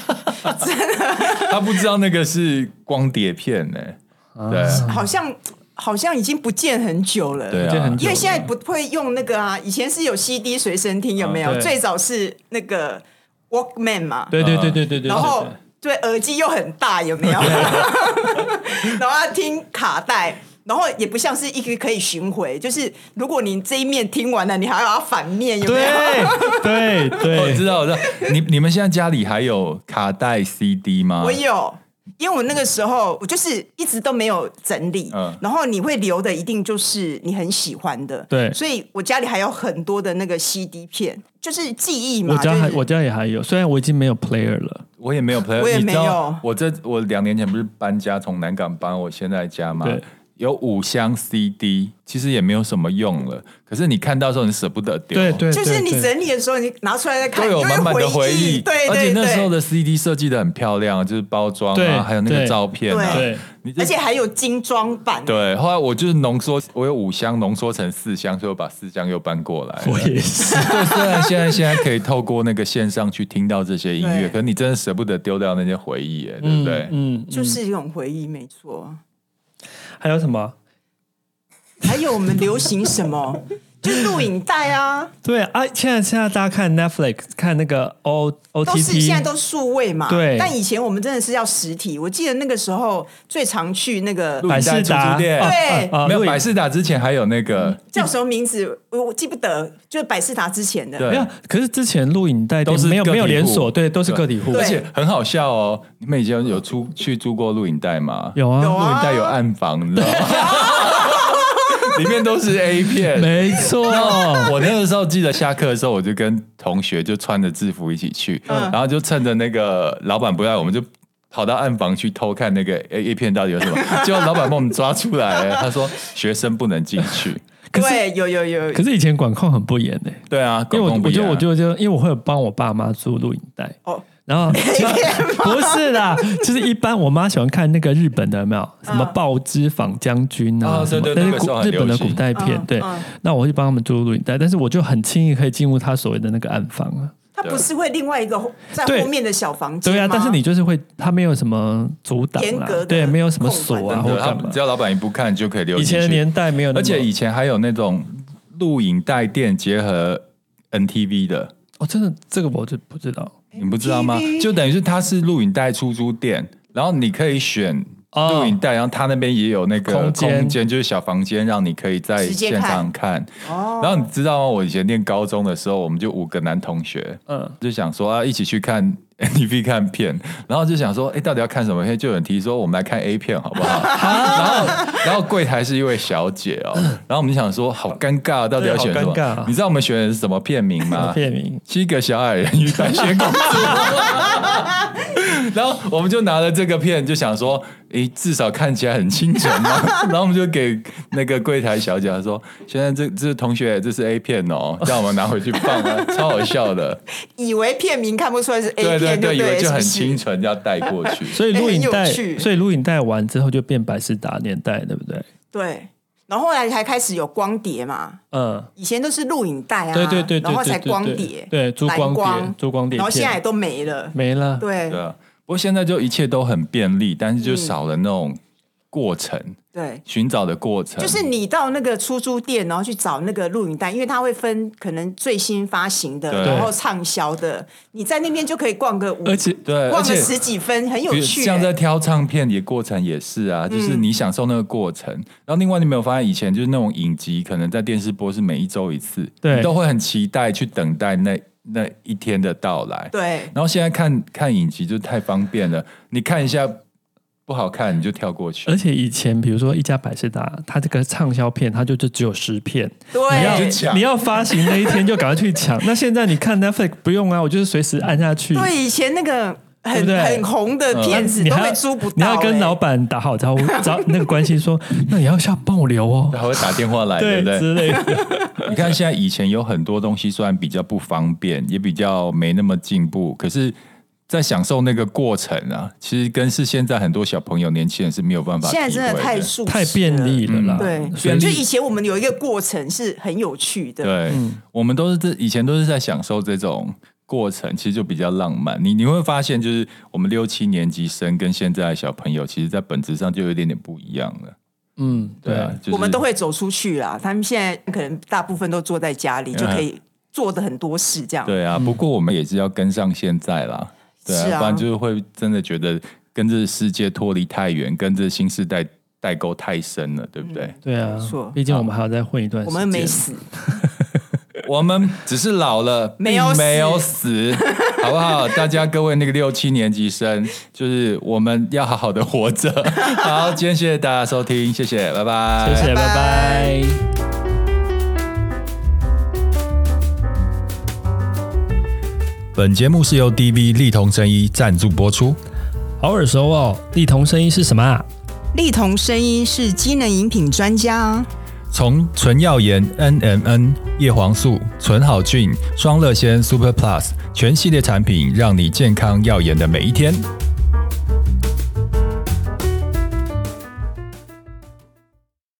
Speaker 1: 他不知道那个是光碟片呢、对
Speaker 3: 好像好像已经不见很久了。
Speaker 1: 对
Speaker 2: 已经
Speaker 1: 啊
Speaker 2: 很，久
Speaker 3: 因为现在不会用那个啊，以前是有 CD 随身听，有没有？
Speaker 2: 嗯对
Speaker 3: 最早是那个 Walkman 嘛，
Speaker 2: 对对对对对对，
Speaker 3: 然后
Speaker 2: 对
Speaker 3: 对耳机又很大，有没有？ (laughs) 然后要听卡带，然后也不像是一个可以巡回，就是如果你这一面听完了，你还要把它反面，有没有？
Speaker 2: 对对
Speaker 1: 我
Speaker 2: 对
Speaker 1: 知道，我知道。你你们现在家里还有卡带 CD
Speaker 2: 啊
Speaker 1: 吗？
Speaker 3: 我有。因为我那个时候，我就是一直都没有整理，
Speaker 1: 嗯
Speaker 3: 然后你会留的一定就是你很喜欢的，
Speaker 2: 对
Speaker 3: 所以我家里还有很多的那个 CD 片，就是记忆嘛。
Speaker 1: 哦
Speaker 2: 我家还
Speaker 3: 就是
Speaker 2: 我家也还有，虽然我已经没有 player 了，
Speaker 1: 我也没有朋友，
Speaker 3: 我也
Speaker 1: 你知道
Speaker 3: 没有
Speaker 1: 我这我两年前不是搬家，从南港搬我现在家嘛
Speaker 2: 对，
Speaker 1: 有五箱 CD，其实也没有什么用了。可是你看到的时候，你舍不得丢，
Speaker 2: 对对，
Speaker 3: 就是
Speaker 2: 对
Speaker 3: 你
Speaker 2: 对
Speaker 3: 整理的时候，你拿出来再看，
Speaker 1: 都有满满的
Speaker 3: 回
Speaker 1: 回忆。
Speaker 3: 对
Speaker 1: 而且
Speaker 3: 对
Speaker 1: 那时候
Speaker 3: 对，
Speaker 1: 的 CD 设计的很漂亮，就是包装
Speaker 2: 对
Speaker 1: 啊，还有那个
Speaker 2: 对
Speaker 1: 照片啊，
Speaker 3: 对
Speaker 2: 对
Speaker 1: 你这
Speaker 3: 而且还有精装版，
Speaker 1: 对。后来我就是浓缩，我有五箱浓缩成四箱，所以我把四箱又搬过来了。
Speaker 2: 我也是，
Speaker 1: 对，虽然现在现在可以透过那个线上去听到这些音乐，
Speaker 3: 对
Speaker 1: 可是你真的舍不得丢掉那些回忆耶，对不对？
Speaker 2: 嗯，嗯
Speaker 3: 就是一种回忆，没错。
Speaker 2: 还有什么？
Speaker 3: 还有我们流行什么？就是录影带啊，
Speaker 1: 哦
Speaker 2: 对啊，现在现在大家看 Netflix 看那个 O O
Speaker 3: 都
Speaker 2: T
Speaker 3: 是
Speaker 2: T，
Speaker 3: 现在都数位嘛。
Speaker 2: 对
Speaker 3: 但以前我们真的是要实体。我记得那个时候最常去那个
Speaker 1: 录
Speaker 2: 百事达
Speaker 1: 录影带出租店
Speaker 2: 啊
Speaker 3: 对
Speaker 2: 啊啊
Speaker 1: 没有
Speaker 2: 录影嗯
Speaker 1: 百事达之前还有那个，
Speaker 3: 叫什么名字，我我记不得，就是百事达之前的。
Speaker 1: 对
Speaker 2: 没有，可是之前录影带店
Speaker 1: 都是
Speaker 2: 没有
Speaker 1: 个体户
Speaker 2: 没有连锁，对，都是
Speaker 1: 对
Speaker 2: 个体户，
Speaker 1: 而且很好笑哦。你们以前有出去租过录影带吗？
Speaker 2: 有
Speaker 3: 有
Speaker 2: 啊，
Speaker 1: 录
Speaker 3: 啊
Speaker 1: 影带有暗房，你知道吗？里面都是 A 片。哦
Speaker 2: 没错，
Speaker 3: (laughs)
Speaker 1: 我那个时候记得下课的时候，我就跟同学就穿着制服一起去，然后就趁着那个老板不在，我们就跑到暗房去偷看那个 A A 片到底有什么。结果老板把我们抓出来了，他说学生不能进去。
Speaker 2: 可是
Speaker 3: 对，有有有
Speaker 2: 可是以前管控很不严诶，
Speaker 1: 对啊，
Speaker 2: 因为
Speaker 1: 管
Speaker 2: 我
Speaker 1: 控不
Speaker 2: 我就
Speaker 1: 严啊
Speaker 2: 我就就因为我会帮我爸妈租录影带，
Speaker 3: 哦，
Speaker 2: 然
Speaker 3: (laughs)
Speaker 2: 后不是啦，就是一般我妈喜欢看那个日本的，有没有
Speaker 3: 嗯
Speaker 2: 什么爆之坊将军啊？
Speaker 1: 啊
Speaker 2: 什么
Speaker 1: 对对
Speaker 2: 那
Speaker 1: 那
Speaker 2: 是
Speaker 1: 个时候
Speaker 2: 古
Speaker 1: 很
Speaker 2: 日本的
Speaker 1: 流行
Speaker 2: 古代片
Speaker 3: 嗯。
Speaker 2: 对
Speaker 3: 嗯，
Speaker 2: 那我去帮他们租录影带，但是我就很轻易可以进入他所谓的那个暗房了。
Speaker 3: 它不是会另外一个在
Speaker 2: 对
Speaker 3: 后面的小房间
Speaker 2: 对啊，
Speaker 3: 吗
Speaker 2: 但是你就是会，他没有什么阻挡
Speaker 3: 严
Speaker 2: 啦
Speaker 3: 格的，
Speaker 2: 对，没有什么锁啊
Speaker 1: 真
Speaker 2: 或
Speaker 1: 的，他
Speaker 2: 干嘛
Speaker 1: 只。要老板一不看就可以溜
Speaker 2: 以
Speaker 1: 进去。
Speaker 2: 前的年代没有那么，
Speaker 1: 而且以前还有那种录影带店结合 NTV 的，
Speaker 2: 哦，真的这个我就不知道。
Speaker 1: 你不知道吗
Speaker 3: NTV？
Speaker 1: 就等于是它是录影带出租店，然后你可以选
Speaker 2: 哦
Speaker 1: 录影带，然后它那边也有那个
Speaker 2: 空间
Speaker 1: 空间，就是小房间，让你可以在
Speaker 3: 直接
Speaker 1: 现
Speaker 3: 看
Speaker 1: 场看。然后你知道吗？我以前念高中的时候，我们就五个男同学，
Speaker 2: 嗯，
Speaker 1: 就想说啊，一起去看 (laughs) NTV 看片，然后就想说，哎、到底要看什么片？就有人提说，我们来看 A 片好不
Speaker 2: (laughs)
Speaker 1: 好？然后，然后柜台是一位小姐哦，然后我们就想说，好尴尬，到底要选什么？
Speaker 2: 对好尴尬
Speaker 1: 你知道我们选的是什么片名吗？
Speaker 2: 片名
Speaker 1: 七个小矮人与白雪公主。然后我们就拿了这个片，就想说，诶，至少看起来很清纯
Speaker 3: (laughs)
Speaker 1: 嘛。然后我们就给那个柜台小姐她说，现在这这同学这是 A 片哦，让我们拿回去放啊，超好笑的。
Speaker 3: 以为片名看不出来是 (laughs) A
Speaker 1: 对对
Speaker 3: 片，
Speaker 1: 对，啊以
Speaker 3: 不
Speaker 1: 为就很
Speaker 3: 是不是
Speaker 1: 清纯，要带过去。
Speaker 2: 所以录影带，
Speaker 3: 欸很有趣
Speaker 2: 所以录影带完之后就变百事达年代，对不对？
Speaker 3: 对，然后后来才开始有光碟嘛，
Speaker 2: 嗯，
Speaker 3: 以前都是录影带啊，
Speaker 2: 对对对对
Speaker 3: 然后才
Speaker 2: 对对
Speaker 3: 光
Speaker 2: 对
Speaker 3: 碟，
Speaker 2: 对租
Speaker 3: 蓝
Speaker 2: 光碟
Speaker 3: 光
Speaker 2: 租光碟
Speaker 3: 然后现
Speaker 2: 片
Speaker 3: 在也都没了，嗯
Speaker 2: 没了。
Speaker 3: 对
Speaker 1: 啊对啊，不过现在就一切都很便利，但是就少了那种过程。
Speaker 3: 对。
Speaker 1: 寻找的过程，
Speaker 3: 就是你到那个出租店，然后去找那个录影带，因为它会分可能最新发行的，
Speaker 1: 对
Speaker 3: 然后畅销的，你在那边就可以逛个五，
Speaker 2: 而且
Speaker 1: 对，而
Speaker 3: 逛个
Speaker 1: 且
Speaker 3: 十几分，很有
Speaker 1: 比如
Speaker 3: 趣、嗯
Speaker 1: 像
Speaker 3: 欸
Speaker 1: 在挑唱片的过程也是啊，就是你享受那个过程。然后另外，你有没有发现以前就是那种影集，可能在电视播是每一周一次，
Speaker 2: 对
Speaker 1: 你都会很期待去等待那那一天的到来。
Speaker 3: 对，
Speaker 1: 然后现在看看影集就太方便了，你看一下不好看你就跳过去
Speaker 2: 而，且以前比如说一家百事达，它这个畅销片，它就就只有十片，你
Speaker 1: 去
Speaker 3: 对，
Speaker 1: 抢
Speaker 2: 要你要发行那一天就赶快去抢。 (laughs) 那现在你看 Netflix 不用啊，我就是随时按下去。
Speaker 3: 对，以前那个很
Speaker 2: 对不对
Speaker 3: 很红的片子
Speaker 2: 你
Speaker 3: 都
Speaker 2: 还
Speaker 3: 会
Speaker 2: 要
Speaker 3: 租不到、欸
Speaker 2: 你要跟老板打好招呼，找那个关系
Speaker 3: (laughs)
Speaker 2: 说，那你要下帮我留 (laughs) 哦，
Speaker 1: 还会打电话来，对不对？
Speaker 2: 之类
Speaker 3: (laughs)
Speaker 2: 的。
Speaker 1: (laughs) 你看现在以前有很多东西虽然比较不方便，也比较没那么进步，可是。在享受那个过程啊，其实跟是现在很多小朋友、年轻人是没有办法体
Speaker 3: 现
Speaker 1: 会的。
Speaker 3: 在真的太速
Speaker 2: 太
Speaker 3: 食
Speaker 2: 便
Speaker 3: 了
Speaker 2: 利了啦，
Speaker 3: 对，
Speaker 2: 啊所以
Speaker 3: 就以前我们有一个过程是很有趣的，
Speaker 1: 对，我们都是这以前都是在享受这种过程，其实就比较浪漫。你你会发现，就是我们六七年级生跟现在的小朋友，其实在本质上就有一点点不一样了。
Speaker 2: 嗯，
Speaker 1: 对
Speaker 2: 对
Speaker 1: 啊
Speaker 2: 啊，，
Speaker 1: 就是、
Speaker 3: 我们都会走出去啦。他们现在可能大部分都坐在家里，就可以做的很多事这样。
Speaker 1: 对啊。不过我们也是要跟上现在啦，对
Speaker 3: 是啊
Speaker 1: 不然就是会真的觉得跟这世界脱离太远，跟这新时代代沟太深了，对不对？
Speaker 2: 对
Speaker 3: 没错
Speaker 2: 啊，毕竟我们还要再混一段时
Speaker 3: 我
Speaker 2: 间。
Speaker 3: 们没死，
Speaker 1: 我们只是老了，
Speaker 3: 没有
Speaker 1: 并
Speaker 3: 死
Speaker 1: (laughs) 没有死， (laughs) 好不好？大家各位那个六七年级生，就是我们要好好的活 (laughs) 着。好，今天谢谢大家收听，谢谢，拜拜，
Speaker 2: 谢谢，拜
Speaker 3: 拜
Speaker 2: 拜。
Speaker 1: 本节目是由 DV 力同声一赞助播出。
Speaker 2: 好耳熟哦，力同声音是什么啊？
Speaker 3: 力同声音是机能饮品专家啊。
Speaker 1: 从纯耀颜 NMN、叶黄素、纯好菌、双乐仙 Super Plus 全系列产品，让你健康耀眼的每一天。